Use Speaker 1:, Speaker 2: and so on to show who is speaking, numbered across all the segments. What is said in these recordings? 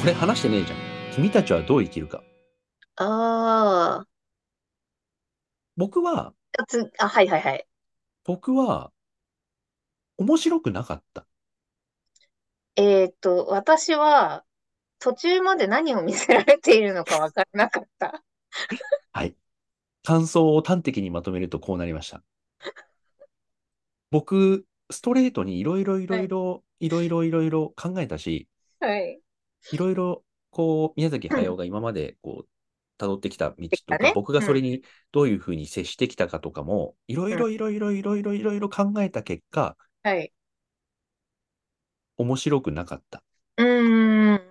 Speaker 1: これ話してねえじゃん。君たちはどう生きるか。
Speaker 2: ああ。
Speaker 1: 僕は、
Speaker 2: つあ、はいはいはい。
Speaker 1: 僕は、面白くなかった。
Speaker 2: えーっと、私は、途中まで何を見せられているのか分からなか った。
Speaker 1: 感想を端的にまとめるとこうなりました。僕、ストレートにいろいろいろいろ、いろいろいろいろ考えたし、
Speaker 2: はい。
Speaker 1: いろいろ、こう、宮崎駿が今まで、こう、辿ってきた道と
Speaker 2: た
Speaker 1: か
Speaker 2: ね、
Speaker 1: 僕がそれにどういうふうに接してきたかとかも、いろいろいろいろいろいろいろいろ考えた結果、
Speaker 2: はい。
Speaker 1: 面白くなかった
Speaker 2: うーん。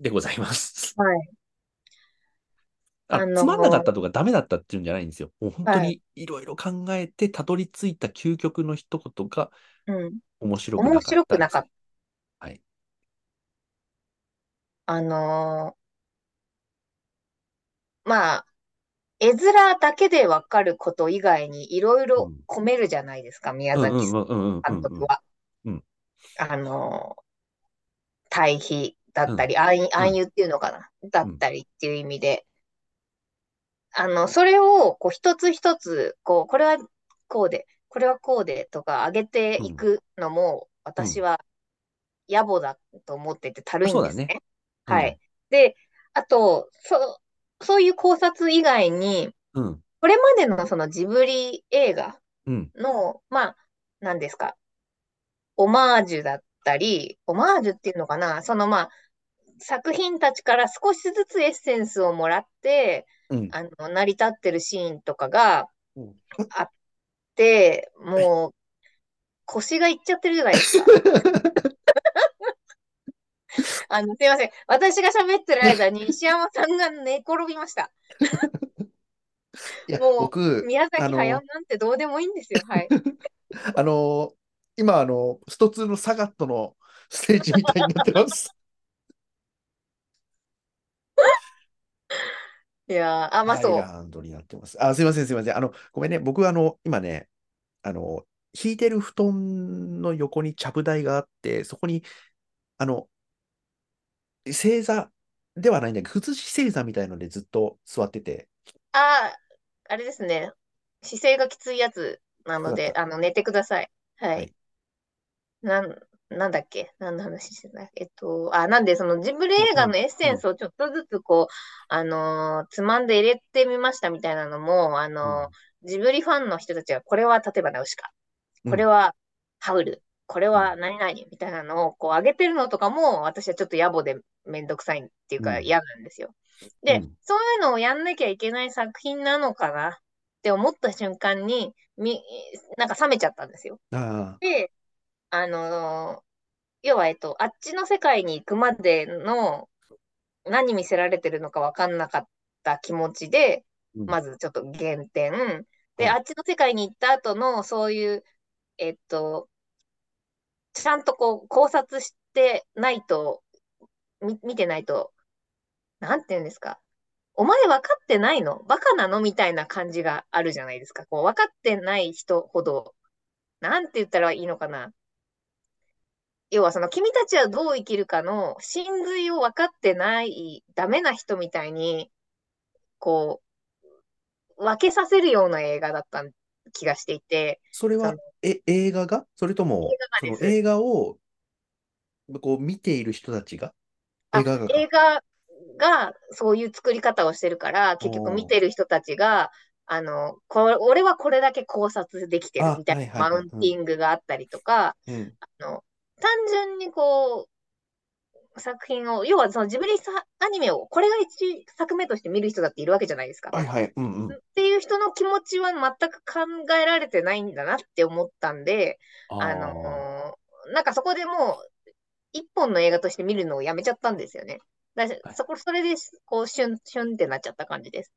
Speaker 1: でございます。
Speaker 2: はい。
Speaker 1: あ、
Speaker 2: あのー
Speaker 1: つまんなかったとかダメだったっていうんじゃないんですよ。もう本当
Speaker 2: は
Speaker 1: にいろいろ考えてたどり着いた究極の一言が
Speaker 2: うん。
Speaker 1: 面白くなか
Speaker 2: 面
Speaker 1: った。
Speaker 2: 白くなかった。
Speaker 1: はい。
Speaker 2: あのーまあ、絵面だけで分かること以外にいろいろ込めるじゃないですか、宮
Speaker 1: うん
Speaker 2: 崎
Speaker 1: うんうんうんうん
Speaker 2: 監
Speaker 1: うん
Speaker 2: 督は。
Speaker 1: うん
Speaker 2: あのー対比だったり、暗喩暗喩っていうのかな、だったりっていう意味で。あの、それを、こう、一つ一つ、こう、これはこうで、これはこうでとか、上げていくのも、私は野暮だと思ってて、たるいんです
Speaker 1: そうだ
Speaker 2: ね。はい。で、あと、そ、そういう考察以外に、
Speaker 1: うん。うん
Speaker 2: これまでのそのジブリ映画
Speaker 1: うん。
Speaker 2: の、まあ、何ですか、オマージュだったり、オマージュっていうのかな、そのまあ、作品たちから少しずつエッセンスをもらって、
Speaker 1: うん。
Speaker 2: あの、成り立ってるシーンとかが
Speaker 1: うん
Speaker 2: あって、もう、腰がいっちゃってるじゃない ですか。あの、すいません。私が喋ってる間に石山さんが寝転びました。
Speaker 3: いや、
Speaker 2: もう
Speaker 3: 僕、
Speaker 2: 宮崎
Speaker 3: あの
Speaker 2: 駿なんてどうでもいいんですよ。 はい。
Speaker 3: あのー今、あのスト2のサガットのステージみたいになってます。
Speaker 2: いやー、あ、まあ
Speaker 3: ハイ
Speaker 2: そう。
Speaker 3: ランドになってます。あ、すいません、すいません。あの、ごめんね、僕、あの、今ね、あの、引いてる布団の横にちゃぶ台があって、そこに、あの、正座ではないんだけど、靴正座みたいのでずっと座ってて、
Speaker 2: あー、あれですね。姿勢がきついやつなの
Speaker 3: わ
Speaker 2: で、
Speaker 3: か
Speaker 2: あの、寝てください。はい。
Speaker 3: はい
Speaker 2: なん、なんだっけ何の話してたえっと、あ、なんで、そのジブリ映画のエッセンスをちょっとずつこう、あのーつまんで入れてみましたみたいなのも、あのージブリファンの人たちは、これは例えばナウシカ、これはハウル、これは何々みたいなのをこう上げてるのとかも、私はちょっと野暮でめんどくさいっていうか
Speaker 1: うん
Speaker 2: 嫌なんですよ。で、
Speaker 1: うん
Speaker 2: そういうのをやんなきゃいけない作品なのかなって思った瞬間に、み、なんか冷めちゃったんですよ。
Speaker 3: あ
Speaker 2: で、あのー要は、えっと、あっちの世界に行くまでの何見せられてるのか分かんなかった気持ちで、
Speaker 1: うん
Speaker 2: まずちょっと原点。
Speaker 1: うん
Speaker 2: で、あっちの世界に行った後の、そういう、えっと、ちゃんとこう考察してないと、み、見てないと、なんて言うんですか。お前分かってないのバカなのみたいな感じがあるじゃないですか。こう分かってない人ほど、なんて言ったらいいのかな。要はその君たちはどう生きるかの真髄を分かってないダメな人みたいに、こう、分けさせるような映画だった気がしていて、
Speaker 3: それは
Speaker 2: その
Speaker 3: え映画がそれとも
Speaker 2: 映画がです
Speaker 3: その映画をこう見ている人たちが
Speaker 2: あ
Speaker 3: 映画がか
Speaker 2: 映画がそういう作り方をしてるから、結局見てる人たちが、あの、こ俺はこれだけ考察できてるみたいな
Speaker 3: あはいはい
Speaker 2: マ
Speaker 3: は
Speaker 2: ウ
Speaker 3: い
Speaker 2: ンティングがあったりとか、
Speaker 3: うん
Speaker 2: あの、単純にこう、作品を、要はそのジブリさアニメを、これが一作目として見る人だっているわけじゃないですか。
Speaker 3: はいはい、うんうん。
Speaker 2: っていう人の気持ちは全く考えられてないんだなって思ったんで、あのーなんかそこでもう、一本の映画として見るのをやめちゃったんですよね。だし
Speaker 1: はい
Speaker 2: そこ、それで、こう、シュン、シュンってなっちゃった感じです。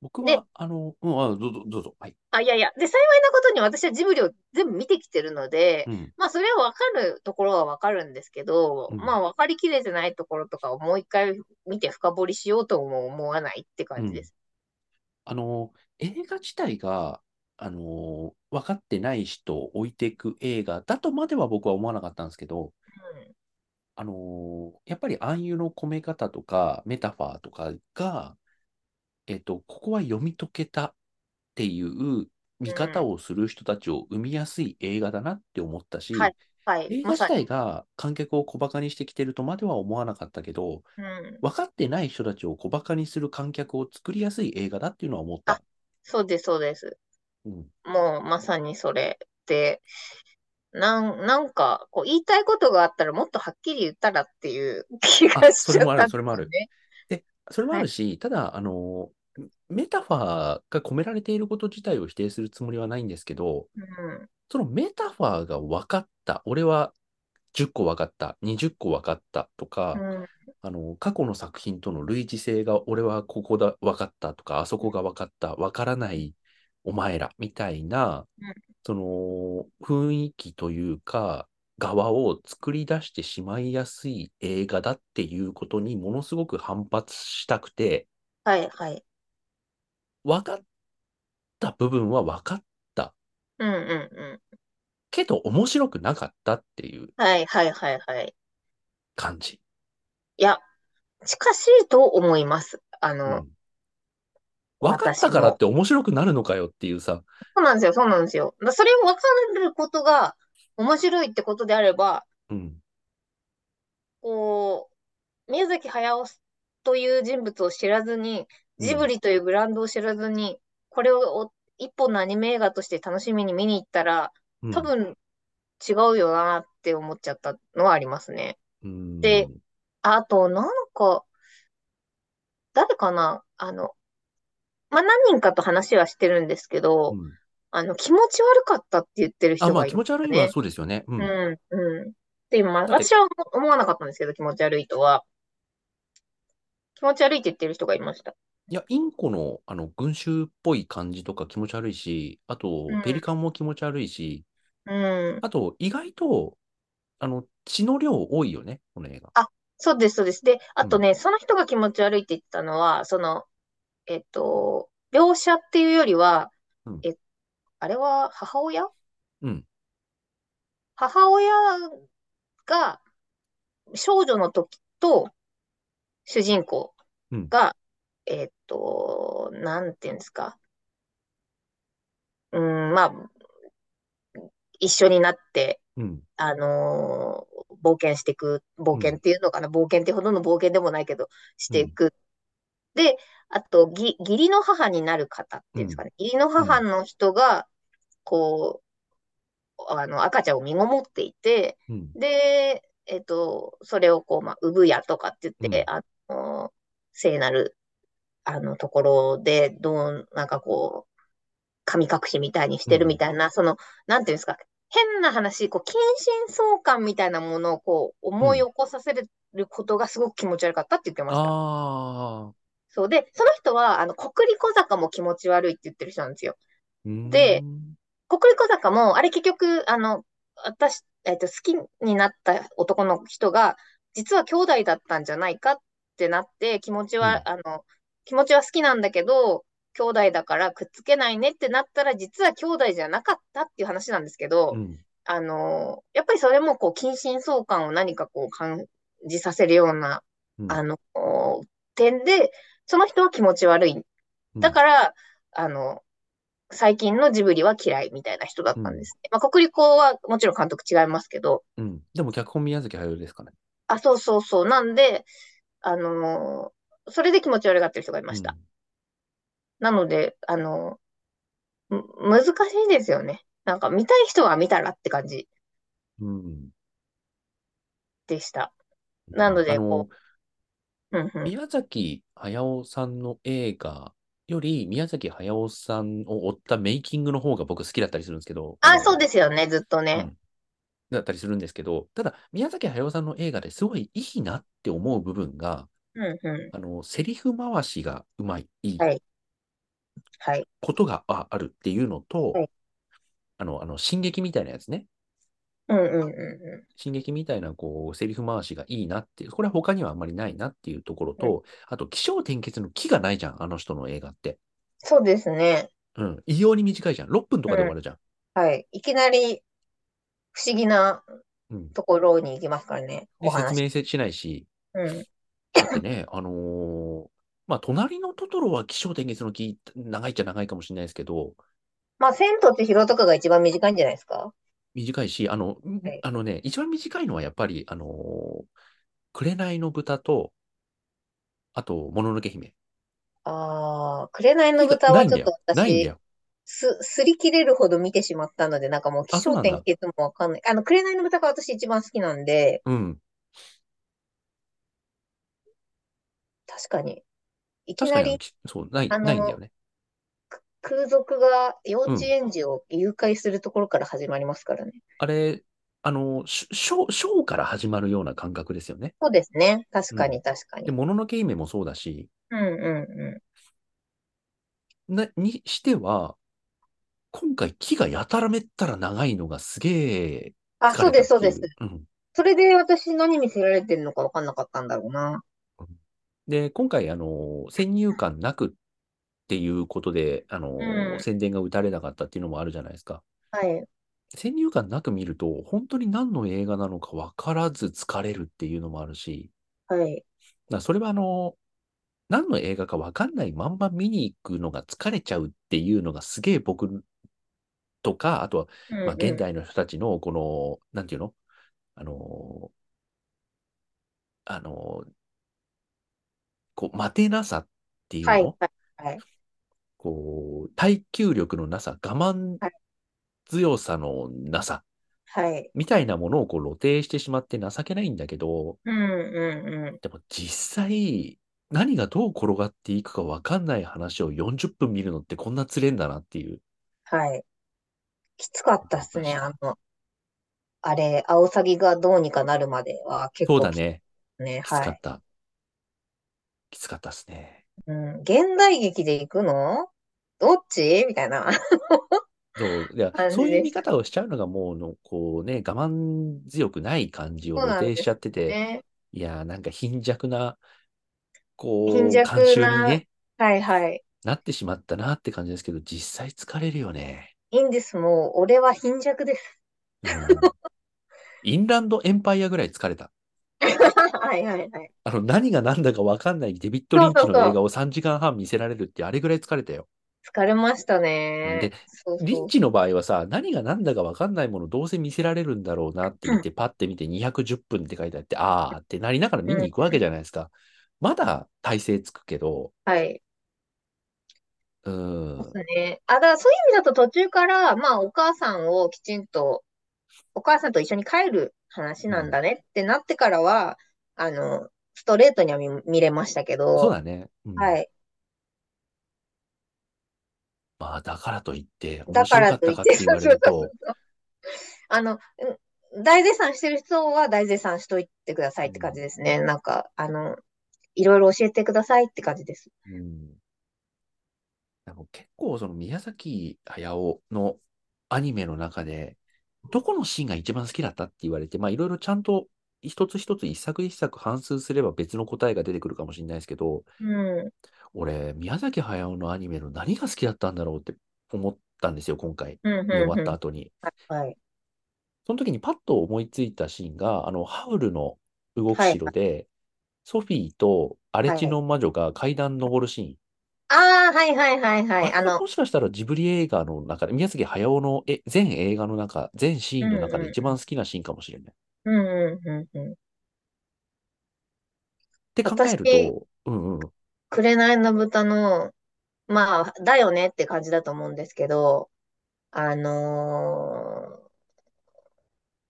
Speaker 1: 僕
Speaker 2: で
Speaker 1: は、あの、うん、あ、どうぞ、どうぞ。はい。
Speaker 2: あ、いやいや。で、幸いなことに私はジブリを全部見てきてるので、
Speaker 1: うん。
Speaker 2: まあ、それは分かるところは分かるんですけど、
Speaker 1: うん
Speaker 2: まあ、分かりきれてないところとかをもう一回見て深掘りしようとも思わないって感じです。
Speaker 1: あの、映画自体が、あの、分かってない人を置いていく映画だとまでは僕は思わなかったんですけど、
Speaker 2: うん
Speaker 1: あのーやっぱり暗喩の込め方とか、メタファーとかが、えっと、ここは読み解けたっていう見方をする人たちを生みやすい映画だなって思ったし、
Speaker 2: はいはい。
Speaker 1: 映画
Speaker 2: ま
Speaker 1: 自
Speaker 2: さ
Speaker 1: 体
Speaker 2: に。
Speaker 1: が観客を小馬鹿にしてきてるとまでは思わなかったけど、
Speaker 2: うん。
Speaker 1: 分かってない人たちを小馬鹿にする観客を作りやすい映画だっていうのは思った。
Speaker 2: そうです、そうです。
Speaker 1: うん、
Speaker 2: もうまさにそれで、なん、なんか、こう言いたいことがあったらもっとはっきり言ったらっていう気が
Speaker 1: あ
Speaker 2: し
Speaker 1: そ
Speaker 2: ち
Speaker 1: れ
Speaker 2: ゃっ
Speaker 1: もあ
Speaker 2: た
Speaker 1: る、
Speaker 2: ん
Speaker 1: それもある。
Speaker 2: で
Speaker 1: それもあるし、ただ、あのー、メタファーが込められていること自体を否定するつもりはないんですけど、
Speaker 2: すね。
Speaker 1: そのメタファーが分かった、俺は10個分かった、20個分かったとか、
Speaker 2: うん。うん。
Speaker 1: あの、過去の作品との類似性が、俺はここだ、分かったとか、あそこが分かった、分からない、お前ら、みたいな
Speaker 2: うん、
Speaker 1: その、雰囲気というか、側を作り出してしまいやすい映画だっていうことにものすごく反発したくて、
Speaker 2: はい、はい。
Speaker 1: 分かった部分は分かった
Speaker 2: うん、うん、うん。
Speaker 1: けど面白くなかったっていう
Speaker 2: はい、はい、はい、はい。
Speaker 1: 感じ。
Speaker 2: いや、近しいと思います。あ
Speaker 1: う
Speaker 2: の、
Speaker 1: ん分かったからって面白くなるのかよっていうさ。
Speaker 2: そうなんですよ、そうなんですよ。だそれを分かることが面白いってことであれば、
Speaker 1: うん。
Speaker 2: こう、宮崎駿という人物を知らずに、ジブリというブランドを知らずに、これを一本のアニメ映画として楽しみに見に行ったら、
Speaker 1: うん
Speaker 2: 多、分違うよなって思っちゃったのはありますね。
Speaker 1: うん
Speaker 2: で、あと、なんか、誰かなあの、まあ、何人かと話はしてるんですけど、
Speaker 1: うん
Speaker 2: あの、気持ち悪かったって言ってる
Speaker 1: あ、
Speaker 2: 人
Speaker 1: まあ
Speaker 2: がい
Speaker 1: 気
Speaker 2: ま
Speaker 1: 持
Speaker 2: し
Speaker 1: ち悪
Speaker 2: た
Speaker 1: い
Speaker 2: ね
Speaker 1: は。そうですよね。うん。
Speaker 2: うん、うん。で、今、
Speaker 1: だって
Speaker 2: 私は思わなかったんですけど、気持ち悪いとは。気持ち悪いって言ってる人がいました。
Speaker 1: いや、インコの、あの、群衆っぽい感じとか気持ち悪いし、あと
Speaker 2: うん、
Speaker 1: ペリカンも気持ち悪いし、
Speaker 2: うん。
Speaker 1: あと、意外と、あの、血の量多いよね、この映画。
Speaker 2: そうです、そうです。で、あとね、その人が気持ち悪いって言ってたのは、その、えっと、描写っていうよりは
Speaker 1: うん、
Speaker 2: え、あれは母親
Speaker 1: うん。
Speaker 2: 母親が少女の時と主人公が、えっと、なんていうんですか。うん、まあ、一緒になって、
Speaker 1: うん。
Speaker 2: あのー冒険していく、冒険っていうのかな、冒険ってほどの冒険でもないけど、していく。で、あと、ぎ、義理の母になる方っていうんですかね。義理の母の人が、こう、あの、赤ちゃんを身ごもっていて、
Speaker 1: うん。
Speaker 2: で、えっと、それをこう、まあ、産やとかって言って、
Speaker 1: う
Speaker 2: あの、聖なる、あの、ところで、どう、なんかこう、神隠しみたいにしてるみたいな、その、なんていうんですか、変な話、こう、近親相関みたいなものをこう、思い起こさせることがすごく気持ち悪かったって言ってました。
Speaker 1: ああ。
Speaker 2: そうで、その人は、あの、コクリコ坂も気持ち悪いって言ってる人なんですよ。
Speaker 1: うん
Speaker 2: で、国立小坂も、あれ結局、あの、私、えっと、好きになった男の人が、実は兄弟だったんじゃないかってなって、気持ちは、あの、気持ちは好きなんだけど、兄弟だからくっつけないねってなったら、実は兄弟じゃなかったっていう話なんですけど、
Speaker 1: うん。
Speaker 2: あの、やっぱりそれも、こう、近親相関を何かこう感じさせるような、
Speaker 1: うん
Speaker 2: あの、点で、その人は気持ち悪い。だから、あの、最近のジブリは嫌いみたいな人だったんですね。まあ、国立校はもちろん監督違いますけど、
Speaker 1: うん。でも脚本宮崎駿ですかね。
Speaker 2: あ、そうそうそう。なんで、あのーそれで気持ち悪がってる人がいました。なので、あのーむ難しいですよね。なんか見たい人は見たらって感じ
Speaker 1: うん。うん。
Speaker 2: でした。なので
Speaker 1: あ
Speaker 2: こうんうん。
Speaker 1: 宮崎駿さんの映画より、宮崎駿さんを追ったメイキングの方が僕好きだったりするんですけど、
Speaker 2: あ、そう
Speaker 1: す
Speaker 2: ですよね、ずっとね。
Speaker 1: だったりするんですけど、ただ、宮崎駿さんの映画ですごいいいなって思う部分が、
Speaker 2: うんうん。
Speaker 1: あの、セリフ回しがうまい、いい
Speaker 2: はいはい。
Speaker 1: ことがああるっていうのと、
Speaker 2: はい
Speaker 1: あの、あの、進撃みたいなやつね。
Speaker 2: うんうんう
Speaker 1: 進撃みたいな、こう、セリフ回しがいいなっていう、これは他にはあんまりないなっていうところと、あと、起承転結の木がないじゃん、あの人の映画って。
Speaker 2: ん。そうですね。
Speaker 1: うん、異様に短いじゃん。6分とかで終わるじゃん。
Speaker 2: はい。いきなり不思議な
Speaker 1: うん
Speaker 2: ところに行きますからね、お
Speaker 1: で説
Speaker 2: 話。
Speaker 1: 明しないし、
Speaker 2: うん。
Speaker 1: だってね、あのーまあ、隣のトトロは起承転結の木、長いっちゃ長いかもしれないですけど、
Speaker 2: まあ、千と千尋とかが一番短いんじゃないですか
Speaker 1: 短いし、あの、
Speaker 2: はい
Speaker 1: あのね、一番短いのはやっぱり、あのー紅の豚と、あと、もののけ姫。
Speaker 2: ああ、紅の豚
Speaker 1: な
Speaker 2: はい
Speaker 1: ん
Speaker 2: ちょ
Speaker 1: だ
Speaker 2: っ
Speaker 1: よ
Speaker 2: と。
Speaker 1: ないんだ
Speaker 2: 私、
Speaker 1: よ。
Speaker 2: す、すり切れるほど見てしまったので、なんかもう起
Speaker 1: あそうなん
Speaker 2: 承
Speaker 1: だ
Speaker 2: 転結もわかんない。あの、紅の豚が私一番好きなんで、
Speaker 1: うん。
Speaker 2: 確かに、いき
Speaker 1: 確か
Speaker 2: な
Speaker 1: にあの、
Speaker 2: り
Speaker 1: きそう、ない、
Speaker 2: あの
Speaker 1: ないんだよね。
Speaker 2: 空賊が幼稚園児を誘拐するところから始まりますからね。
Speaker 1: あれ、あの、ショショー、ショーから始まるような感覚ですよね。
Speaker 2: そうですね。確か
Speaker 1: う
Speaker 2: に、確かに。
Speaker 1: で、もののけ姫もそうだし、
Speaker 2: うんうんうん。
Speaker 1: な、にしては、今回木がやたらめったら長いのがすげえ
Speaker 2: あ、
Speaker 1: 疲
Speaker 2: そ
Speaker 1: れた
Speaker 2: うで
Speaker 1: っ
Speaker 2: す、そう
Speaker 1: てい
Speaker 2: で
Speaker 1: う。
Speaker 2: す。
Speaker 1: うん。
Speaker 2: それで私何見せられてるのか分かんなかったんだろうな。
Speaker 1: で、今回、あの、先入観なくっていうことで、あの、
Speaker 2: うん
Speaker 1: 宣伝が打たれなかったっていうのもあるじゃないですか。
Speaker 2: はい。
Speaker 1: 先入観なく見ると、本当に何の映画なのか分からず疲れるっていうのもあるし、
Speaker 2: はい。
Speaker 1: だからそれはあの、何の映画か分かんないまんま見に行くのが疲れちゃうっていうのがすげえ僕とか、あとは、
Speaker 2: うん
Speaker 1: まあ、
Speaker 2: うん。
Speaker 1: 現代の人たちのこの、なんていうのあの、あの、こう、待てなさっていうの、
Speaker 2: はい、はい、はい。
Speaker 1: こう、耐久力のなさ、我慢
Speaker 2: はい
Speaker 1: 強さのなさ、
Speaker 2: はい。
Speaker 1: みたいなものをこう露呈してしまって情けないんだけど、
Speaker 2: うんうんうん。
Speaker 1: でも実際、何がどう転がっていくか分かんない話を40分見るのってこんなつれんだなっていう。
Speaker 2: はい。きつかったっす
Speaker 1: 思い
Speaker 2: ね。
Speaker 1: ま
Speaker 2: あ
Speaker 1: し
Speaker 2: の、あれ、アオサギがどうにかなるまでは結
Speaker 1: そう
Speaker 2: 構
Speaker 1: だ
Speaker 2: きつ
Speaker 1: ね。
Speaker 2: いね。
Speaker 1: きつ
Speaker 2: は
Speaker 1: かっ
Speaker 2: い。
Speaker 1: た。きつかったですね。
Speaker 2: うん。現代劇で行くのどっちみたいな
Speaker 1: そう、いや、
Speaker 2: 感じ
Speaker 1: そういう
Speaker 2: で
Speaker 1: 見
Speaker 2: した。
Speaker 1: 方をしちゃうのがもうの、こうね、我慢強くない感じを
Speaker 2: そう
Speaker 1: 露
Speaker 2: なん
Speaker 1: 呈
Speaker 2: で
Speaker 1: し
Speaker 2: す
Speaker 1: ちゃってて、
Speaker 2: ね。
Speaker 1: いやー、なんか貧弱な、
Speaker 2: 貧
Speaker 1: こう、
Speaker 2: 弱
Speaker 1: 慣習に
Speaker 2: な、
Speaker 1: ね、
Speaker 2: はいはい。
Speaker 1: なってしまったなって感じですけど、実際疲れるよね。
Speaker 2: いいんです。もう、俺は貧弱です。
Speaker 1: うん。インランドエンパイアぐらい疲れた。
Speaker 2: はいはいはい。
Speaker 1: あの、何が何だか分かんないデビッド・
Speaker 2: そ
Speaker 1: リ
Speaker 2: う
Speaker 1: ン
Speaker 2: そ
Speaker 1: チ
Speaker 2: う
Speaker 1: の
Speaker 2: そ
Speaker 1: 映
Speaker 2: う。
Speaker 1: 画を3時間半見せられるって、あれぐらい疲れたよ。
Speaker 2: 疲れました
Speaker 1: で
Speaker 2: ね。そう
Speaker 1: リン
Speaker 2: そ
Speaker 1: チの場合はさ、何が何だか分かんないものどうせ見せられるんだろうなって
Speaker 2: う。う
Speaker 1: 見
Speaker 2: ん
Speaker 1: て、パッて見て210分って書いてあって、あーってなりながら見
Speaker 2: う
Speaker 1: に
Speaker 2: ん。
Speaker 1: 行くわけじゃないですか。まだ体勢つくけど、
Speaker 2: はい。
Speaker 1: う
Speaker 2: そう
Speaker 1: ーん、
Speaker 2: ですね。あ、だからそういう意味だと途中から、まあ、お母さんをきちんと、お母さんと一緒に帰る話なんだねってなってからは、あの、ストレートには見、見れましたけ
Speaker 1: そう
Speaker 2: ど、
Speaker 1: だね。うん
Speaker 2: はい。
Speaker 1: まあ、だからといって、面
Speaker 2: だか
Speaker 1: 白
Speaker 2: ら
Speaker 1: かっ
Speaker 2: と
Speaker 1: た
Speaker 2: いっ、
Speaker 1: かってて言
Speaker 2: そう
Speaker 1: われ
Speaker 2: そう
Speaker 1: る
Speaker 2: そう
Speaker 1: と、
Speaker 2: そう。あの、うん大絶賛してる人は大絶賛しといてくださいって感じですね。なんか、あの、いろいろ教えてくださいって感じです。
Speaker 1: うんなんか結構その宮崎駿のアニメの中で、どこのシーンが一番好きだったって言われて、まあいろいろちゃんと一つ一つ一作一作反数すれば別の答えが出てくるかもしれないですけど、
Speaker 2: うん。
Speaker 1: 俺、宮崎駿のアニメの何が好きだったんだろうって思ったんですよ、今回。
Speaker 2: うん、
Speaker 1: 見終
Speaker 2: う
Speaker 1: わ
Speaker 2: ん、
Speaker 1: っ
Speaker 2: う
Speaker 1: た
Speaker 2: ん。
Speaker 1: 後に。
Speaker 2: はい。
Speaker 1: その時にパッと思いついたシーンが、あの、ハウルの動く
Speaker 2: はい。
Speaker 1: 城で、ソフィーと荒
Speaker 2: は
Speaker 1: 地
Speaker 2: い。
Speaker 1: の魔女が階段登るシーン。
Speaker 2: ああ、はいはいはいは
Speaker 1: あ
Speaker 2: い。
Speaker 1: れ
Speaker 2: あ
Speaker 1: が
Speaker 2: の、
Speaker 1: もしかしたらジブリ映画の中で、宮崎駿のえ全映画の中、全シ
Speaker 2: う
Speaker 1: ーン
Speaker 2: ん
Speaker 1: の中で
Speaker 2: う
Speaker 1: 一番好きなシーンかもしれない。っ
Speaker 2: ん、うんうんうんうん。
Speaker 1: て考える
Speaker 2: 私、
Speaker 1: と、うんうん。
Speaker 2: 紅の豚の、まあ、だよねって感じだと思うんですけど、あのー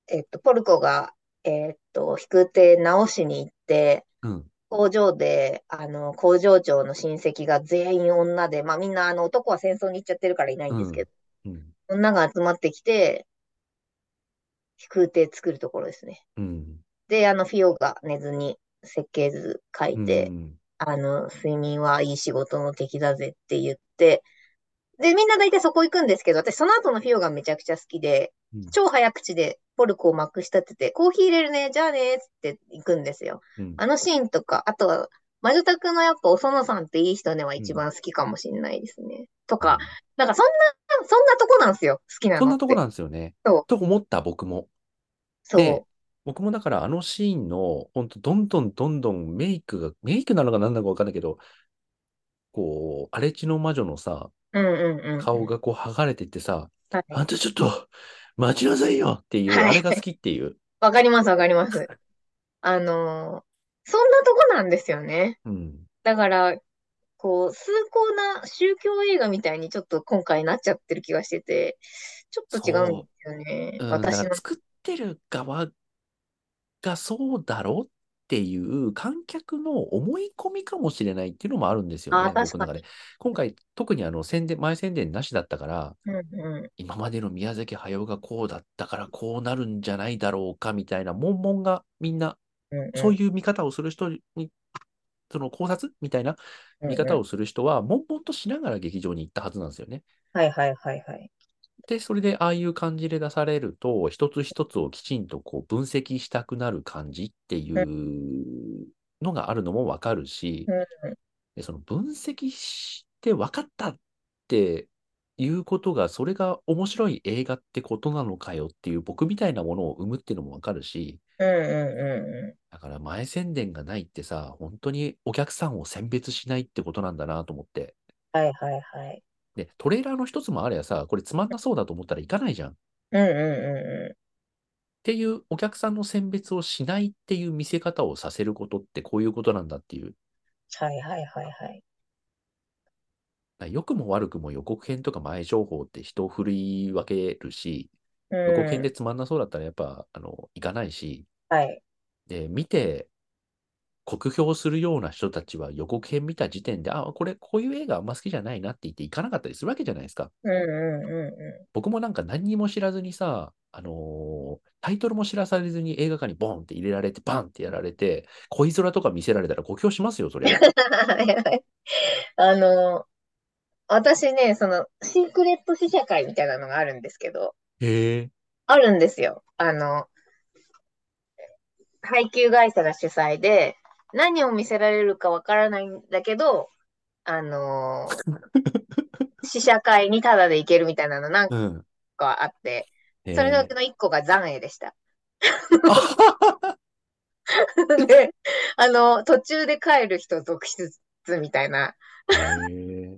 Speaker 2: えっと、ポルコが、えっと、引く手直しに行って、
Speaker 1: うん
Speaker 2: 工場で、あの、工場長の親戚が全員女で、まあみんな、あの、男は戦争に行っちゃってるからいない
Speaker 1: うん
Speaker 2: ですけ
Speaker 1: ん
Speaker 2: ど、
Speaker 1: うん
Speaker 2: 女が集まってきて、飛空艇作るところですね。
Speaker 1: うん
Speaker 2: で、あの、フィオが寝ずに設計図書いうて、
Speaker 1: ん
Speaker 2: あの、睡眠はいい仕事の敵だぜって言って、で、みんな大体そこ行くんですけど、私その後のフィオがめちゃくちゃ好きで、
Speaker 1: うん
Speaker 2: 超早口でポルコをまくし立てて、コーヒー入れるね、じゃあね、つって行くんですよ。
Speaker 1: うん
Speaker 2: あのシーンとか、あとは、魔女宅のやっぱお園さんっていい人ねは
Speaker 1: う
Speaker 2: 一
Speaker 1: ん
Speaker 2: 番好きかもしれないですね。と
Speaker 1: う
Speaker 2: か、
Speaker 1: ん
Speaker 2: なんかそんな、そんなとこなんですよ、好きな
Speaker 1: そん
Speaker 2: の
Speaker 1: な
Speaker 2: っ
Speaker 1: とこ
Speaker 2: て。
Speaker 1: なんですよね。
Speaker 2: そう、
Speaker 1: と思った僕も。で、
Speaker 2: そ
Speaker 1: 僕もだからあのシーンの、ほんとどんどんどんどんメイクが、メイクなのか何なのかわかんないけど、こう、荒地の魔女のさ、
Speaker 2: うんうんうん。
Speaker 1: 顔がこう剥がれてってさ、
Speaker 2: はい。
Speaker 1: あんたちょっと待ちなさいよっていう、
Speaker 2: はい
Speaker 1: あれが好きっていう。
Speaker 2: わかります、わか ります。あのーそんなとこなんですよね。
Speaker 1: うん。
Speaker 2: だから、こう、崇高な宗教映画みたいにちょっと今回なっちゃってる気がしてて、ちょっと違うんですよね。
Speaker 1: うん、だか
Speaker 2: 私の
Speaker 1: ら。作ってる側がそうだろうっていう観客の思い込みかもしれないっていうのもあるんですよね、
Speaker 2: あー
Speaker 1: 僕の中で。今回、特にあの宣伝、前宣伝なしだったから、
Speaker 2: うんうん。
Speaker 1: 今までの宮崎駿がこうだったからこうなるんじゃないだろうかみたいな、悶々がみんな、
Speaker 2: うんうん
Speaker 1: そういう見方をする人に、その考察みたいな見方をする人は、悶々としながら劇場に行ったはずなんですよね。
Speaker 2: はいはいはいはい。
Speaker 1: で、それでああいう感じで出されると、一つ一つをきちんとこう分析したくなる感じっていうのがあるのもわかるし
Speaker 2: うん、
Speaker 1: でその分析して分かったっていうことが、それが面白い映画ってことなのかよっていう僕みたいなものを生むっていうのもわかるし、
Speaker 2: うんうんうんう
Speaker 1: だから前宣伝がないってさ、本当にお客さんを選別しないってことなんだなと思って。
Speaker 2: ん。はいはいはい。
Speaker 1: で、トレーラーの一つもあれやさ、これつまんなそうだと思ったら行かないじゃん。
Speaker 2: うんうんう
Speaker 1: っていうお客さんの選別をしないっていう見せ方をさせることってこういうことなんだっていう。だか
Speaker 2: ん。はいはいはいはい。
Speaker 1: ら良くも悪くも予告編とか前情報って人を振り分けるし、
Speaker 2: うん。
Speaker 1: 予告編でつまんなそうだったらやっぱ、あの、行かないし、
Speaker 2: はい。
Speaker 1: で、見て、酷評するような人たちは予告編見た時点で、あ、これ、こういう映画あんま好きじゃないなって言って行かなかったりするわけじゃないですか。
Speaker 2: うんうんうんう
Speaker 1: 僕もなんか何にも知らずにさ、あのータイトルも知らされずに映画館にボンって入れられて、バンってやられて、恋空とか見せられたら酷評しますよ、そ れ。
Speaker 2: ん。あの、私ね、その、シークレット試写会みたいなのがあるんですけど、
Speaker 1: へえ。
Speaker 2: あるんですよ。あの、配給会社が主催で、何を見せられるかわからないんだけど、あの、試写会にタダで行けるみたいなのなん
Speaker 1: うん。
Speaker 2: かあって、
Speaker 1: へー
Speaker 2: それのうちの1個が残影 でした。
Speaker 1: あ
Speaker 2: で、あの、途中で帰る人続出みたいな。
Speaker 1: へ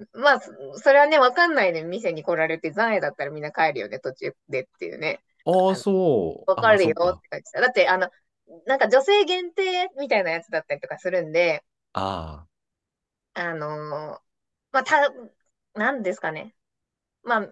Speaker 1: え。
Speaker 2: まあ、そそれはね、わかんないで店に来られて、残影だったらみんな帰るよね、途中でっていうね。
Speaker 1: ああ、そう。
Speaker 2: わかるよ
Speaker 1: あまあそ
Speaker 2: って感じだ。だって、あの、なんか女性限定みたいなやつだったりとかするんで、
Speaker 1: あ
Speaker 2: あのーまあ、た、なんですかね。まあ、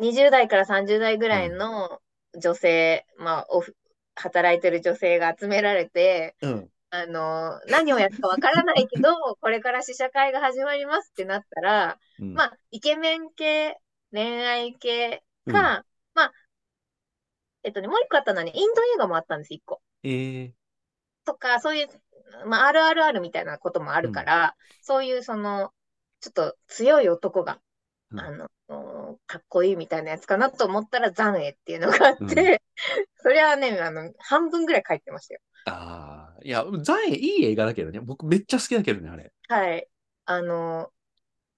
Speaker 2: 20代から30代ぐらいの女性、まあ、おふ、働いてる女性が集められて、
Speaker 3: うん。
Speaker 2: あの、何をやるかわからないけ ど、これから試写会が始まりますってなったら、
Speaker 1: あ。うん
Speaker 2: まあ、イケメン系、恋愛系
Speaker 1: うん
Speaker 2: か、まあ、えっとね、もう一個あったのはね、インド映画もあったんです、一個。
Speaker 1: ええ。
Speaker 2: とか、そういう、まあ、RRR みたいなこともあるから、そういう、その、ちょっと強い男が、
Speaker 1: うん
Speaker 2: あの、かっこいいみたいなやつかなと思ったら、残影っていうのがあっ
Speaker 1: うん
Speaker 2: て、 それはね、あの、半分ぐらい帰ってましたよ
Speaker 1: ああ。いや、ザエいい映画だけどね。僕めっちゃ好きだけどね、あれ。
Speaker 2: はい。あの、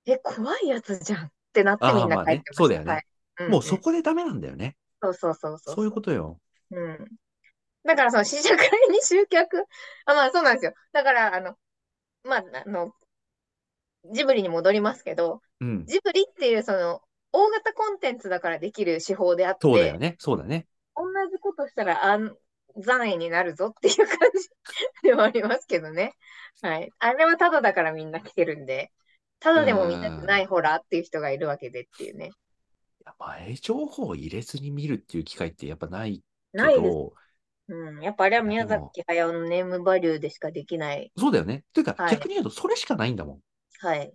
Speaker 2: え、怖いやつじゃんってなって
Speaker 1: あー
Speaker 2: みんな
Speaker 1: まあ
Speaker 2: 帰
Speaker 1: ね
Speaker 2: ってました。
Speaker 1: そうだよね
Speaker 2: はい。ん
Speaker 1: もうそこでダメなんだよね。
Speaker 2: そうそうそうそう。
Speaker 1: そういうことよ。
Speaker 2: うん。だからその試写会に集客。あ、まあそうなんですよ。だから、あの、まあ、あの、ジブリに戻りますけど、
Speaker 1: うん。
Speaker 2: ジブリっていうその、大型コンテンツだからできる手法であって、
Speaker 1: そうだよね。そうだね。
Speaker 2: 同じことしたら、あん、残影になるぞっていう感じではありますけどね。はい。あれはただだからみんな来てるんで、ただでも見たくないホラーっていう人がいるわけでっていうね。
Speaker 1: いや前情報を入れずに見るっていう機会ってやっぱないけ
Speaker 2: ないです。
Speaker 1: ど、
Speaker 2: うん。やっぱあれは宮崎駿のネームバリューでしかできない。
Speaker 1: そうだよね。というか、
Speaker 2: はい
Speaker 1: 逆に言うとそれしかないんだもん。
Speaker 2: はい。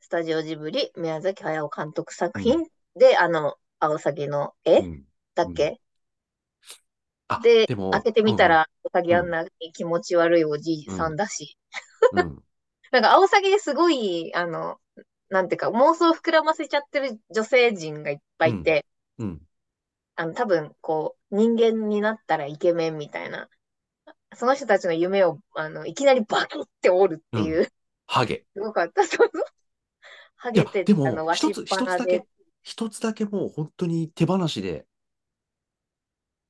Speaker 2: スタジオジブリ、宮崎駿監督作品で、あの、アオサギの絵
Speaker 1: うん
Speaker 2: だっけ、
Speaker 1: あ、
Speaker 2: で
Speaker 1: でも、
Speaker 2: 開けてみた
Speaker 1: うん
Speaker 2: ら、アオサギあんなに気持ち悪いおじいさんだし、
Speaker 1: うん、うん
Speaker 2: なんか、アオサギですごい、あの、なんていうか、妄想を膨らませちゃってる女性陣がいっぱいいて、
Speaker 1: うん。
Speaker 2: あの、多分、こう、人間になったらイケメンみたいな、その人たちの夢を、あの、いきなりバキって折るっていう、す
Speaker 1: ハゲ。
Speaker 2: ごかった。そうそう。ハ
Speaker 1: いや
Speaker 2: ゲ
Speaker 1: で
Speaker 2: て、、あの、
Speaker 1: も、
Speaker 2: わし
Speaker 1: 一
Speaker 2: っ
Speaker 1: つ、
Speaker 2: ぱ
Speaker 1: 一つ
Speaker 2: な
Speaker 1: だ
Speaker 2: で
Speaker 1: け、、一つだけもう本当に手放しで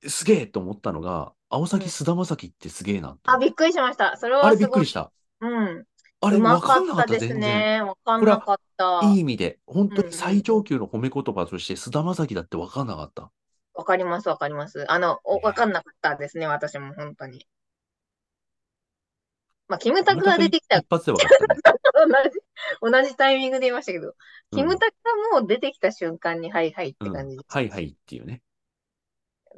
Speaker 1: すげえと思ったのが、青崎菅田将暉ってすげえなと
Speaker 2: あ、びっくりしました。それ
Speaker 1: あ
Speaker 2: は
Speaker 1: れ
Speaker 2: す
Speaker 1: びっく
Speaker 2: ご
Speaker 1: り
Speaker 2: い。
Speaker 1: した。
Speaker 2: うん。
Speaker 1: あれ
Speaker 2: うま
Speaker 1: 分か
Speaker 2: か
Speaker 1: んな
Speaker 2: っ
Speaker 1: かったた、
Speaker 2: です
Speaker 1: 全然。
Speaker 2: ね。わかんなかった。
Speaker 1: いい意味で、本当
Speaker 2: う
Speaker 1: に
Speaker 2: ん
Speaker 1: 最上級の褒め言葉として菅田将暉だって分かんなかった。
Speaker 2: わかります、わかります。あの、おわかんなかったですね、私も、本当に。まあ、キムタ
Speaker 1: キム
Speaker 2: ク
Speaker 1: タ
Speaker 2: が
Speaker 1: ク
Speaker 2: 出
Speaker 1: 一
Speaker 2: て きた、
Speaker 1: 一発で分かったね。
Speaker 2: 同じ、同じタイミングで言いましたけど、
Speaker 1: う
Speaker 2: キム
Speaker 1: ん。
Speaker 2: タクがもう出てきた瞬間に、はいはいっ
Speaker 1: う
Speaker 2: て感
Speaker 1: ん。
Speaker 2: じでし
Speaker 1: はいはいっていうね。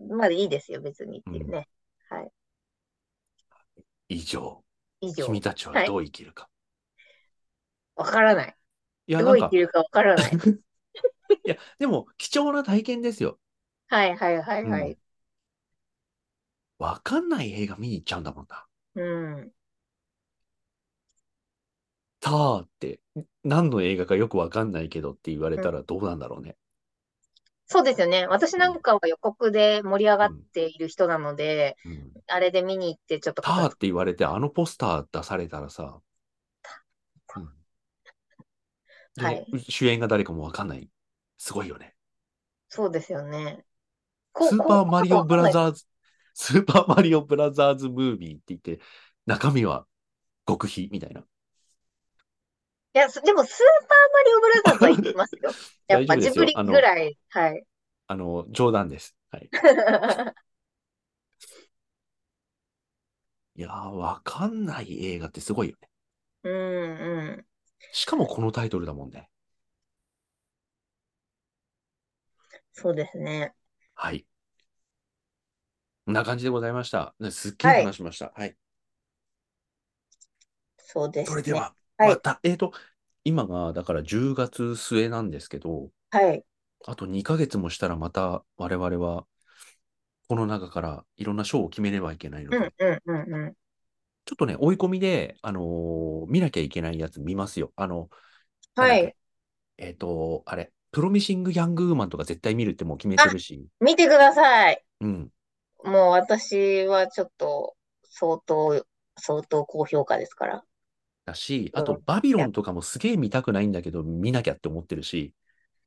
Speaker 2: た。まあ、いいですよ、別にっ
Speaker 1: う。
Speaker 2: ていうんね。はい。
Speaker 1: 以上。
Speaker 2: 以
Speaker 1: 君
Speaker 2: 上。
Speaker 1: たちは
Speaker 2: はい。
Speaker 1: どう生きるか。
Speaker 2: わからない。
Speaker 1: いや、
Speaker 2: ど
Speaker 1: な
Speaker 2: うん言
Speaker 1: か
Speaker 2: ってるかわからない。
Speaker 1: いや、でも、貴重な体験ですよ。
Speaker 2: はいはいはいうは
Speaker 1: ん。
Speaker 2: い。
Speaker 1: 分かんない映画見に行っちゃうんだもんな。
Speaker 2: うん。
Speaker 1: たーって、何の映画かよく分かんないけどって言われ
Speaker 2: う
Speaker 1: た
Speaker 2: ん
Speaker 1: らどうなんだろうね。
Speaker 2: そうですよね。私
Speaker 1: う
Speaker 2: なん
Speaker 1: ん。
Speaker 2: かは予告で盛り上が
Speaker 1: う
Speaker 2: っ
Speaker 1: ん。
Speaker 2: ている人なので、
Speaker 1: うん。
Speaker 2: あれで見に行ってちょっと
Speaker 1: た
Speaker 2: 片
Speaker 1: ーっ
Speaker 2: 付
Speaker 1: て言われて、あのポスター出されたらさ、
Speaker 2: け
Speaker 1: う
Speaker 2: た。
Speaker 1: ん。
Speaker 2: は
Speaker 1: で、
Speaker 2: い。
Speaker 1: 主演が誰かもわかんない。すごいよね。
Speaker 2: そうですよね。こう、
Speaker 1: スー
Speaker 2: こ
Speaker 1: パ
Speaker 2: う、
Speaker 1: ー
Speaker 2: こ
Speaker 1: マ
Speaker 2: う
Speaker 1: リ
Speaker 2: と
Speaker 1: オ
Speaker 2: わ
Speaker 1: ブ
Speaker 2: かん
Speaker 1: ラ
Speaker 2: ない。
Speaker 1: ザーズ、スーパーマリオブラザーズムービーって言って、中身は極秘みたいな。
Speaker 2: いや、すでも、スーパーマリオブラザーズは行きますよ。やっ
Speaker 1: 大丈
Speaker 2: ぱ、
Speaker 1: 夫で
Speaker 2: ジ
Speaker 1: す
Speaker 2: ブ
Speaker 1: よ。
Speaker 2: リ
Speaker 1: あ
Speaker 2: ぐ
Speaker 1: の、
Speaker 2: らい。はい。
Speaker 1: あの、冗談です。はい。 いやー、わかんない映画ってすごいよね。
Speaker 2: うんうん。
Speaker 1: しかもこのタイトルだもんね。
Speaker 2: そうですね。
Speaker 1: はい。こんな感じでございました。ねすっげえ
Speaker 2: はい。
Speaker 1: 話しました。はい。
Speaker 2: そうで
Speaker 1: そ
Speaker 2: す
Speaker 1: れで
Speaker 2: ね。
Speaker 1: は、
Speaker 2: は
Speaker 1: ま
Speaker 2: い。
Speaker 1: た、えーと、今が、だから10月末なんですけど、
Speaker 2: はい。
Speaker 1: あと2ヶ月もしたらまた我々は、この中からいろんな賞を決めればいけないの
Speaker 2: うん
Speaker 1: で、
Speaker 2: うんうんうん。
Speaker 1: ちょっとね、追い込みで、あのー見なきゃいけないやつ見ますよ。あの、なんだ
Speaker 2: は
Speaker 1: っ
Speaker 2: い。
Speaker 1: け、えっと、あれ、プロミシング・ヤング・ウーマンとか絶対見るってもう決めて
Speaker 2: あ、
Speaker 1: るし、
Speaker 2: 見てください。
Speaker 1: うん、
Speaker 2: もう、私はちょっと、相当、相当高評価ですから。
Speaker 1: だし、あ
Speaker 2: うん。
Speaker 1: と、
Speaker 2: い
Speaker 1: バビロ
Speaker 2: や
Speaker 1: ンとかもすげえ見たくないんだけど、見なきゃって思ってるし、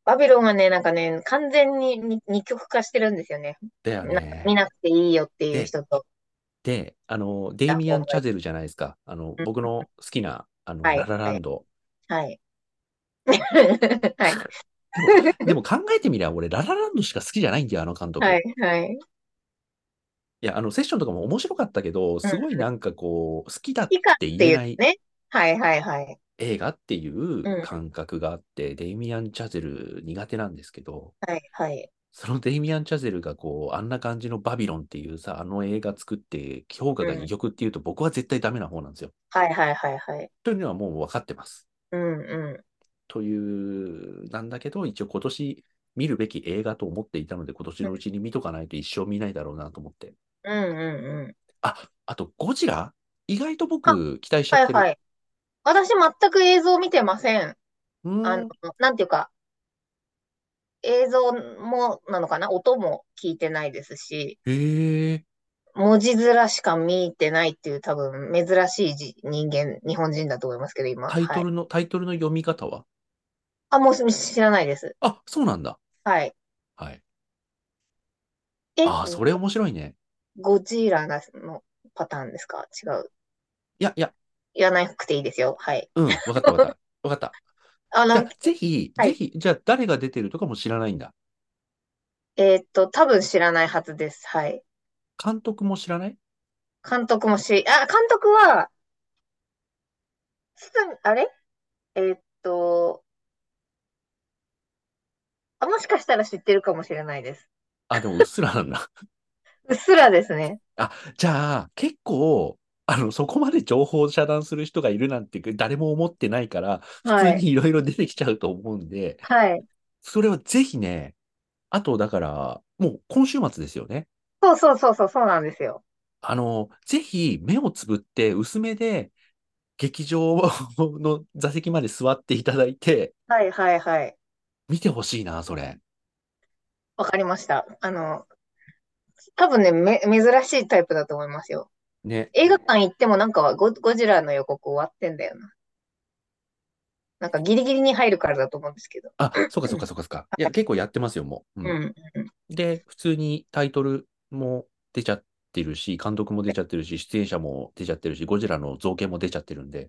Speaker 2: バビロンはね、なんかね、完全にに二極化してるんですよね。
Speaker 1: だよ
Speaker 2: なんか見
Speaker 1: ね。
Speaker 2: なくていいよっていう
Speaker 1: で、
Speaker 2: 人と、
Speaker 1: で、あの、
Speaker 2: 見
Speaker 1: デイ
Speaker 2: た
Speaker 1: ミア
Speaker 2: 方
Speaker 1: ン・
Speaker 2: が
Speaker 1: チ
Speaker 2: い
Speaker 1: ャゼルじゃないですか。あの、
Speaker 2: い。
Speaker 1: 僕の好きな、あの、ラ
Speaker 2: はい、
Speaker 1: ララ
Speaker 2: は
Speaker 1: ン
Speaker 2: い、
Speaker 1: ド。
Speaker 2: はい。 はい、
Speaker 1: でも、でも考えてみりゃ、俺、ララランドしか好きじゃないんだよ、あの監
Speaker 2: は
Speaker 1: 督。
Speaker 2: い、はい。
Speaker 1: いや、あの、セッションとかも面白かったけど、
Speaker 2: うん、
Speaker 1: すごいなんかこう、好きだっ
Speaker 2: いいかって
Speaker 1: 言
Speaker 2: て
Speaker 1: え
Speaker 2: いう
Speaker 1: ない
Speaker 2: ね。はい、はい、はい。
Speaker 1: 映画っていう
Speaker 2: うん、
Speaker 1: 感覚があって、デイミアン・チャゼル苦手なんですけど、
Speaker 2: はい、はい。
Speaker 1: そのデイミアン・チャゼルがこう、あんな感じのバビロンっていうさ、あの映画作って評価
Speaker 2: う
Speaker 1: が
Speaker 2: ん、
Speaker 1: 異極っていうと僕は絶対ダメな方なんですよ。
Speaker 2: はい、はい、はい、はい。
Speaker 1: というのはもう分かってます。
Speaker 2: うん、う
Speaker 1: という、なんだけど、一応今年見るべき映画と思っていたので、今年
Speaker 2: ん、
Speaker 1: のうちに見とかないと一生見ないだろうなと思って。
Speaker 2: うん、うん、うん。
Speaker 1: あ、あとゴジラ意外と
Speaker 2: あ、
Speaker 1: 僕期待しちゃっ
Speaker 2: はい、
Speaker 1: てる。
Speaker 2: はい。私、全く映像見てません。
Speaker 1: う
Speaker 2: あ
Speaker 1: ー
Speaker 2: の、
Speaker 1: ん。
Speaker 2: なんていうか、映像も、なのかな、音も聞いてないですし、
Speaker 1: へえ。
Speaker 2: 文字面しか見てないっていう多分珍しいじ人間、日本人だと思いますけど、今。
Speaker 1: タイ
Speaker 2: は
Speaker 1: ト
Speaker 2: い。
Speaker 1: ルの、タイトルの読み方は
Speaker 2: あ、もうす知らないです。
Speaker 1: あ、そうなんだ。
Speaker 2: はい。
Speaker 1: はい。
Speaker 2: え、
Speaker 1: ああ、それ面白いね。
Speaker 2: ゴジラがのパターンですか違う。
Speaker 1: いや、いや、
Speaker 2: 言わなくていいですよ。はい。
Speaker 1: うん、わかったわかった。わかった。
Speaker 2: あ、
Speaker 1: じ
Speaker 2: な
Speaker 1: ゃ
Speaker 2: ん
Speaker 1: あ、ぜひ、
Speaker 2: は
Speaker 1: ぜ
Speaker 2: い。
Speaker 1: ひ、じゃあ、誰が出てるとかも知らないんだ。
Speaker 2: えーっと、多分知らないはずです。はい。
Speaker 1: 監督も知らない
Speaker 2: 監督もし、あ、監督は、つあれえーっと、あ、もしかしたら知ってるかもしれないです。
Speaker 1: あ、でも、うっすらなんだ。
Speaker 2: うっすらですね。
Speaker 1: あ、じゃあ、結構、あの、そこまで情報を遮断する人がいるなんて、誰も思ってないから、普
Speaker 2: は
Speaker 1: 通
Speaker 2: い。
Speaker 1: にいろいろ出てきちゃうと思うんで、
Speaker 2: はい。
Speaker 1: それはぜひね、あと、だから、もう今週末ですよね。
Speaker 2: そうそうそうそう、そうなんですよ。
Speaker 1: あの、ぜひ、目をつぶって、薄めで、劇場の座席まで座っていただいて、
Speaker 2: はいはいはい。
Speaker 1: 見てほしいな、それ。
Speaker 2: わかりました。あの、多分ね、め、珍しいタイプだと思いますよ。
Speaker 1: ね。
Speaker 2: 映画館行ってもなんかゴ、ゴジラの予告終わってんだよな。なんかギリギリに入るからだと思うんですけど。
Speaker 1: あ、そうかそうかそうかそうか。いや、結構やってますよ、もう。う。
Speaker 2: うんん。
Speaker 1: で、普通にタイトルも出ちゃってるし、監督も出ちゃってるし、出演者も出ちゃってるし、ゴジラの造形も出ちゃってるんで、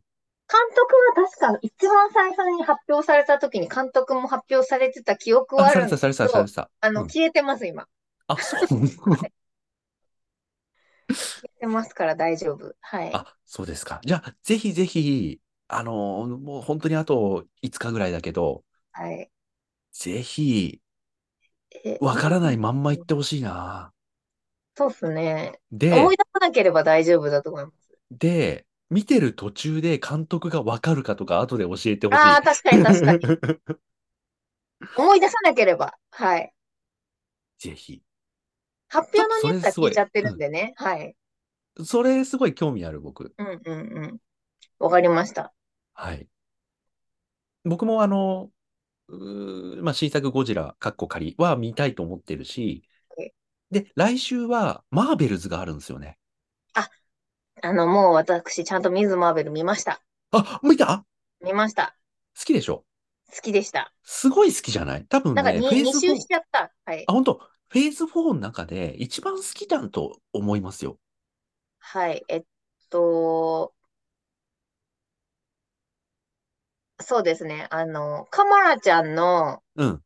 Speaker 2: 監督は確か一番最初に発表された時に監督も発表されてた記憶は
Speaker 1: あ、
Speaker 2: あ
Speaker 1: され
Speaker 2: るん
Speaker 1: て
Speaker 2: で
Speaker 1: た、
Speaker 2: す
Speaker 1: されてた、
Speaker 2: け
Speaker 1: され
Speaker 2: ど
Speaker 1: て、た。
Speaker 2: あ
Speaker 1: う
Speaker 2: の、
Speaker 1: ん。
Speaker 2: 消えてます、今。
Speaker 1: あ、そう。
Speaker 2: 消えてますから大丈夫。はい。
Speaker 1: あ、そうですか。じゃあ、ぜひぜひ、あのーもう本当にあと5日ぐらいだけど、
Speaker 2: はい。
Speaker 1: ぜひ、
Speaker 2: え、
Speaker 1: わからないまんま言ってほしいな。
Speaker 2: そうっすね。思い
Speaker 1: で、
Speaker 2: 出さなければ大丈夫だと思います。
Speaker 1: で、見てる途中で監督がわかるかとか、後で教えてほ
Speaker 2: あ
Speaker 1: し
Speaker 2: あ、
Speaker 1: い。
Speaker 2: 確かに確かに。 思い出さなければ。はい。
Speaker 1: ぜひ。
Speaker 2: 発
Speaker 1: ち
Speaker 2: 表
Speaker 1: ょっと
Speaker 2: の
Speaker 1: それ
Speaker 2: ニュースは
Speaker 1: す
Speaker 2: 聞
Speaker 1: ご
Speaker 2: いちゃ
Speaker 1: い、
Speaker 2: って
Speaker 1: う
Speaker 2: るん
Speaker 1: ん。
Speaker 2: でね。はい。
Speaker 1: それすごい興味ある、僕。
Speaker 2: うんうんうん。わかりました。
Speaker 1: はい。僕もあの、うーまあ、新作ゴジラ、カッコ仮は見たいと思ってるし、
Speaker 2: はい
Speaker 1: で、来週はマーベルズがあるんですよね。
Speaker 2: あ、あの、もう私、ちゃんとミズ・マーベル見ました。
Speaker 1: あ、見た
Speaker 2: 見ました。
Speaker 1: 好きでしょ
Speaker 2: 好きでした。
Speaker 1: すごい好きじゃない多分
Speaker 2: なんか
Speaker 1: ね、フ
Speaker 2: に
Speaker 1: ェー
Speaker 2: 2
Speaker 1: ズ
Speaker 2: 周し
Speaker 1: 4、
Speaker 2: ちゃった。はい。
Speaker 1: あ、本当フェーズ4の中で一番好きだと思いますよ。
Speaker 2: はい。えっと、そうですね。あの、カマラちゃんの
Speaker 1: うん。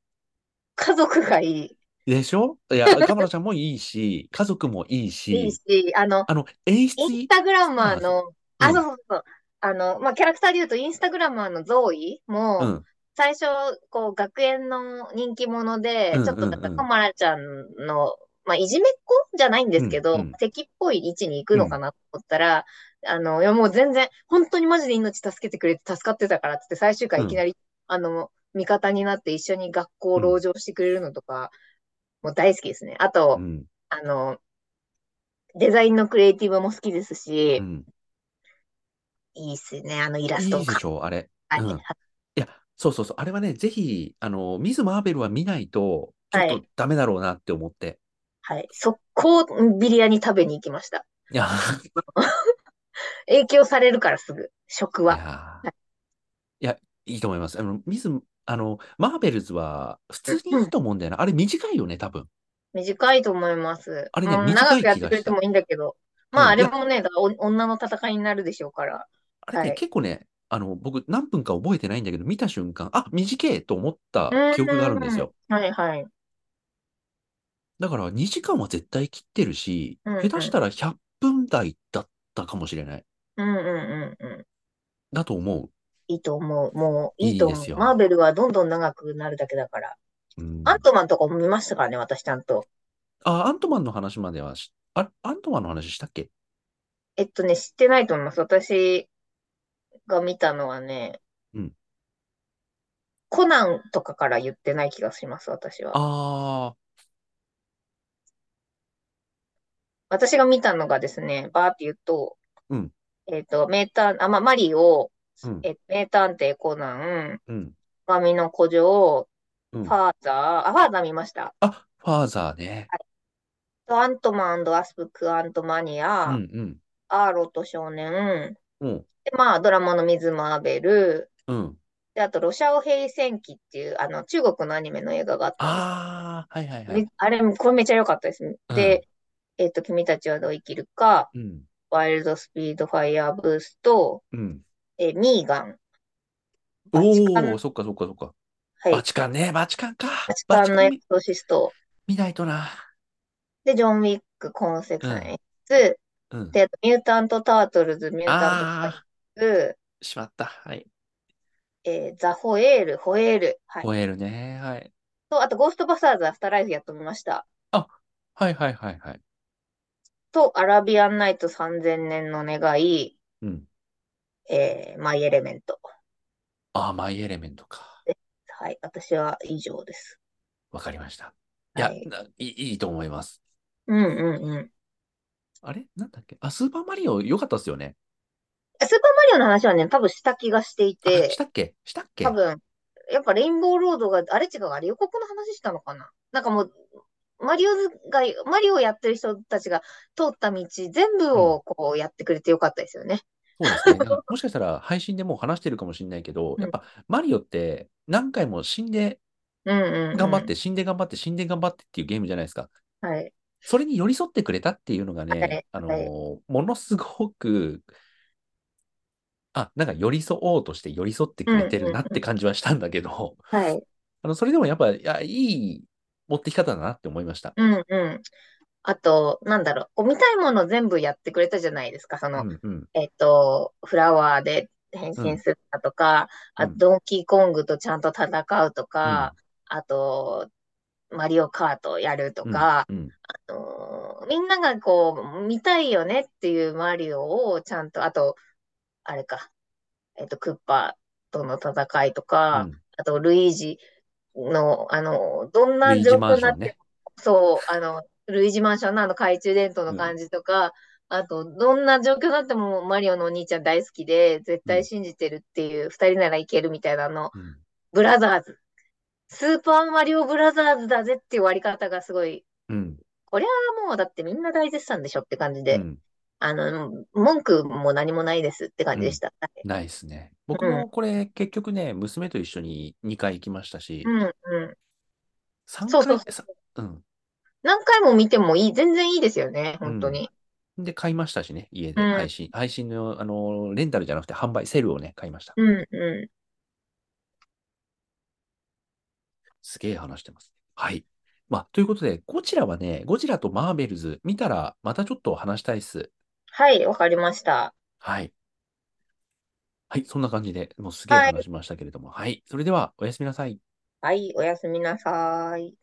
Speaker 2: 家族がいい。
Speaker 1: でしょい や、カマラちゃんもいいし、家族もいい
Speaker 2: いい
Speaker 1: し、
Speaker 2: し、あの、
Speaker 1: あの、演
Speaker 2: イン
Speaker 1: 出
Speaker 2: ス
Speaker 1: い
Speaker 2: タグラ
Speaker 1: そうな
Speaker 2: マー
Speaker 1: んですよ。
Speaker 2: の、
Speaker 1: う、
Speaker 2: あ、そうんそうそう。あの、まあ、キャラクターで言うと、インスタグラマーのゾーイ
Speaker 1: う
Speaker 2: も、
Speaker 1: ん、
Speaker 2: 最初、こう、学園の人気者
Speaker 1: う
Speaker 2: で、ち
Speaker 1: ん、
Speaker 2: ょっ
Speaker 1: う
Speaker 2: となん
Speaker 1: ん、う
Speaker 2: か、カ
Speaker 1: ん、
Speaker 2: マラちゃんの、まあ、いじめっ子じゃないんで
Speaker 1: う
Speaker 2: すけ
Speaker 1: ん、う
Speaker 2: ど、
Speaker 1: ん、
Speaker 2: 敵っぽい位置に行く
Speaker 1: う
Speaker 2: のか
Speaker 1: ん。
Speaker 2: なと思ったら、あの、いや、もう全然、本当にマジで命助けてくれて助かってたからっつって、最終
Speaker 1: う
Speaker 2: 回いきなんり、あの、味方になって一緒に学校を
Speaker 1: う
Speaker 2: 籠
Speaker 1: ん
Speaker 2: 城してくれるのとか、もう大好きですね。あ
Speaker 1: う
Speaker 2: と、
Speaker 1: ん
Speaker 2: あの、デザインのクリエイティブも好きです
Speaker 1: う
Speaker 2: し、
Speaker 1: ん
Speaker 2: いいっすね。あのイラスト
Speaker 1: い
Speaker 2: を
Speaker 1: いで
Speaker 2: 描く
Speaker 1: しょう、あれ。
Speaker 2: 感
Speaker 1: う
Speaker 2: じ。
Speaker 1: ん。いや、そうそうそう。あれはね、ぜひ、あの、ミズ・マーベルは見ないと、ちょっ
Speaker 2: はい。
Speaker 1: とダメだろうなって思って。
Speaker 2: はい。速攻ビリヤに食べに行きました。
Speaker 1: いや、
Speaker 2: 影響されるからすぐ、食
Speaker 1: い
Speaker 2: は。
Speaker 1: や
Speaker 2: はい
Speaker 1: いや、いいと思います。あの、ミズ、あの、マーベルズは普通に
Speaker 2: う
Speaker 1: いい
Speaker 2: ん
Speaker 1: と思うんだよな。あれ短いよね、多分。
Speaker 2: 短いと思います。
Speaker 1: あれね、
Speaker 2: うん、長
Speaker 1: 短
Speaker 2: く
Speaker 1: い
Speaker 2: やっ
Speaker 1: 気
Speaker 2: て
Speaker 1: が
Speaker 2: く
Speaker 1: し
Speaker 2: れて
Speaker 1: た。
Speaker 2: もいいんだけど、
Speaker 1: う
Speaker 2: まあ、
Speaker 1: ん。
Speaker 2: あ
Speaker 1: い
Speaker 2: れ
Speaker 1: や、
Speaker 2: もね、だお女の戦いになるでしょうから。
Speaker 1: あれ
Speaker 2: は
Speaker 1: ね、
Speaker 2: い。
Speaker 1: 結構ね、あの、僕何分か覚えてないんだけど、見た瞬間、あ、短いと思った
Speaker 2: う
Speaker 1: 記憶があるんです
Speaker 2: ーん。
Speaker 1: よ。
Speaker 2: はいはい。
Speaker 1: だから2時間は絶対切ってるし、
Speaker 2: うん
Speaker 1: 下手し
Speaker 2: う
Speaker 1: たら100分台だったかもしれない。
Speaker 2: ん。うんうんうんうん。
Speaker 1: だと思う。
Speaker 2: いいと思う。もう、いい
Speaker 1: いい
Speaker 2: と
Speaker 1: で
Speaker 2: 思
Speaker 1: す
Speaker 2: う。マー
Speaker 1: よ。
Speaker 2: ベルはどんどん長くなるだけだから。
Speaker 1: う
Speaker 2: アン
Speaker 1: ん。
Speaker 2: トマンとかも見ましたからね、私ちゃんと。
Speaker 1: あ、アントマンの話まではし、あ、アントマンの話したっけ
Speaker 2: えっとね、知ってないと思います。私が見たのはね、
Speaker 1: うん。
Speaker 2: コナンとかから言ってない気がします、私は。
Speaker 1: あー、
Speaker 2: 私が見たのがですね、バーって言うと、
Speaker 1: うん、
Speaker 2: えっと、名探、あ、まあ、マリオ、
Speaker 1: うん、
Speaker 2: え、名探偵コナン、
Speaker 1: うん、
Speaker 2: 神の古城、
Speaker 1: う
Speaker 2: フ
Speaker 1: ん。
Speaker 2: ァーザー、あ、ファーザー見ました。
Speaker 1: あ、ファーザーね。
Speaker 2: と、アントマンアスプクアントマニ
Speaker 1: う
Speaker 2: ア、
Speaker 1: ん、うん、
Speaker 2: アーロと少年、
Speaker 1: うん、
Speaker 2: で、まあ、ドラマの水マーベル、
Speaker 1: うん。
Speaker 2: で、あと、ロシアオ平戦記っていう、あの、中国のアニメの映画があっ
Speaker 1: あー、
Speaker 2: たんです。
Speaker 1: はいはいはい。
Speaker 2: めあれ、これめっちゃ良かったですね。
Speaker 1: うん、
Speaker 2: で、えっと、君たちはどう生きるか、
Speaker 1: うん、
Speaker 2: ワイルドスピードファイアーブースト、
Speaker 1: うん。
Speaker 2: えーミーガン、バチカ
Speaker 1: お
Speaker 2: ン、
Speaker 1: ー、そっかそっかそっか。
Speaker 2: は
Speaker 1: バ
Speaker 2: い、
Speaker 1: チカンね、バチカンか。
Speaker 2: バチ
Speaker 1: バ
Speaker 2: カ
Speaker 1: チ
Speaker 2: ン
Speaker 1: カ
Speaker 2: の
Speaker 1: ン
Speaker 2: エク
Speaker 1: 見、
Speaker 2: ソシスト、
Speaker 1: 見ないとな。
Speaker 2: で、ジョン・ウィック、コンセプ
Speaker 1: う
Speaker 2: トの
Speaker 1: ん、
Speaker 2: 演出、
Speaker 1: うん。
Speaker 2: で、あとミュータント・タートルズ、ミュータント・パニッ
Speaker 1: あ
Speaker 2: ク、
Speaker 1: ー、しまった。はい。
Speaker 2: えーザ・ホエール、ホエール、はい。
Speaker 1: 吠えるね。はい。
Speaker 2: と、あと、ゴーストバスターズ・アフターライフやっと見ました。
Speaker 1: あ、はいはいはいはい。
Speaker 2: と、アラビアン・ナイト3000年の願い、
Speaker 1: うん。
Speaker 2: えーマイ・エレメント。
Speaker 1: あー、マイエレメントか。
Speaker 2: ですはい、私は以上です。
Speaker 1: わかりました。い
Speaker 2: は
Speaker 1: や、
Speaker 2: い。
Speaker 1: ないい、いいと思います。
Speaker 2: うんうんうん。
Speaker 1: あれなんだっけあ、スーパーマリオ良かったですよね。
Speaker 2: スーパーマリオの話はね、多分した気がしてい、
Speaker 1: あ、してたっけしたっ
Speaker 2: 多
Speaker 1: け
Speaker 2: 分、やっぱレインボーロードが、あれ違う、あれ予告の話したのかななんかもう、マリオが、マリオやってる人たちが通った道全部
Speaker 1: うん。
Speaker 2: をこうやってくれてよかったですよね。
Speaker 1: そうですね。だからもしかしたら配信でもう話してるかもしれないけど、
Speaker 2: う
Speaker 1: やっ
Speaker 2: ん、
Speaker 1: ぱマリオって何回も死んで
Speaker 2: うん、うん
Speaker 1: 頑張
Speaker 2: う
Speaker 1: っ
Speaker 2: ん。
Speaker 1: て、死んで頑張って、死んで頑張ってっていうゲームじゃないですか。
Speaker 2: はい。
Speaker 1: それに寄り添ってくれたっていうのが
Speaker 2: わかる
Speaker 1: ね、あの
Speaker 2: わかる
Speaker 1: ーものすごく、あ、なんか寄り添おうとして寄り添ってくれてるなって感じはしたんだけ ど、
Speaker 2: はい。
Speaker 1: あの、それでもやっぱ、いや、いい持ってき方だなって思いました。
Speaker 2: うんうん。あと、なんだろう、こう見たいもの全部やってくれたじゃないですか。そうの、
Speaker 1: んうん。
Speaker 2: えっと、フラワーで変身するだとか、
Speaker 1: うん
Speaker 2: あドンキーコングとちゃんと戦うとか、あと、マリオカートやるとか、
Speaker 1: うん、うん
Speaker 2: あのーみんながこう、見たいよねっていうマリオをちゃんと、あと、あれか、えっと、クッパとの戦いとか、
Speaker 1: うん
Speaker 2: あと、ルイージの、あの、どんな
Speaker 1: ルイージ
Speaker 2: 状
Speaker 1: マン
Speaker 2: 況に
Speaker 1: シ
Speaker 2: な
Speaker 1: ョ
Speaker 2: っ
Speaker 1: ン
Speaker 2: ても
Speaker 1: ね。
Speaker 2: そう、あの、ルイージマンションのあの懐中電灯の感じとか、あと、どんな状況になってもマリオのお兄ちゃん大好きで、絶対信じてるっていう、二人ならいけるみたいなの、
Speaker 1: うん
Speaker 2: ブラザーズ。スーパーマリオブラザーズだぜっていう割り方がすごい、
Speaker 1: うん。
Speaker 2: これはもうだってみんな大絶賛でしょって感じ
Speaker 1: う
Speaker 2: で、
Speaker 1: ん。
Speaker 2: あの、文句も何もないですって感じでした。
Speaker 1: ないですね。僕もこれ、結局ね、娘と一緒に2回行きましたし、
Speaker 2: うんうん。
Speaker 1: 3
Speaker 2: そう
Speaker 1: 回
Speaker 2: そう
Speaker 1: さうん。
Speaker 2: 何回も見てもいい、全然いいですよね、本当に。
Speaker 1: で、買いましたしね、家で
Speaker 2: うん
Speaker 1: 配信。配信の、あの、レンタルじゃなくて販売、セルをね、買いました。
Speaker 2: うんう
Speaker 1: すげえ話してます。はい。まあ、ということで、ゴジラはね、ゴジラとマーベルズ見たら、またちょっと話したいっす。
Speaker 2: ん。はい、わかりました。
Speaker 1: はい。はい、そんな感じで、もうすげえ
Speaker 2: はい
Speaker 1: 話しましたけれども。はい。それでは、おやすみなさい。
Speaker 2: はい、おやすみなさい。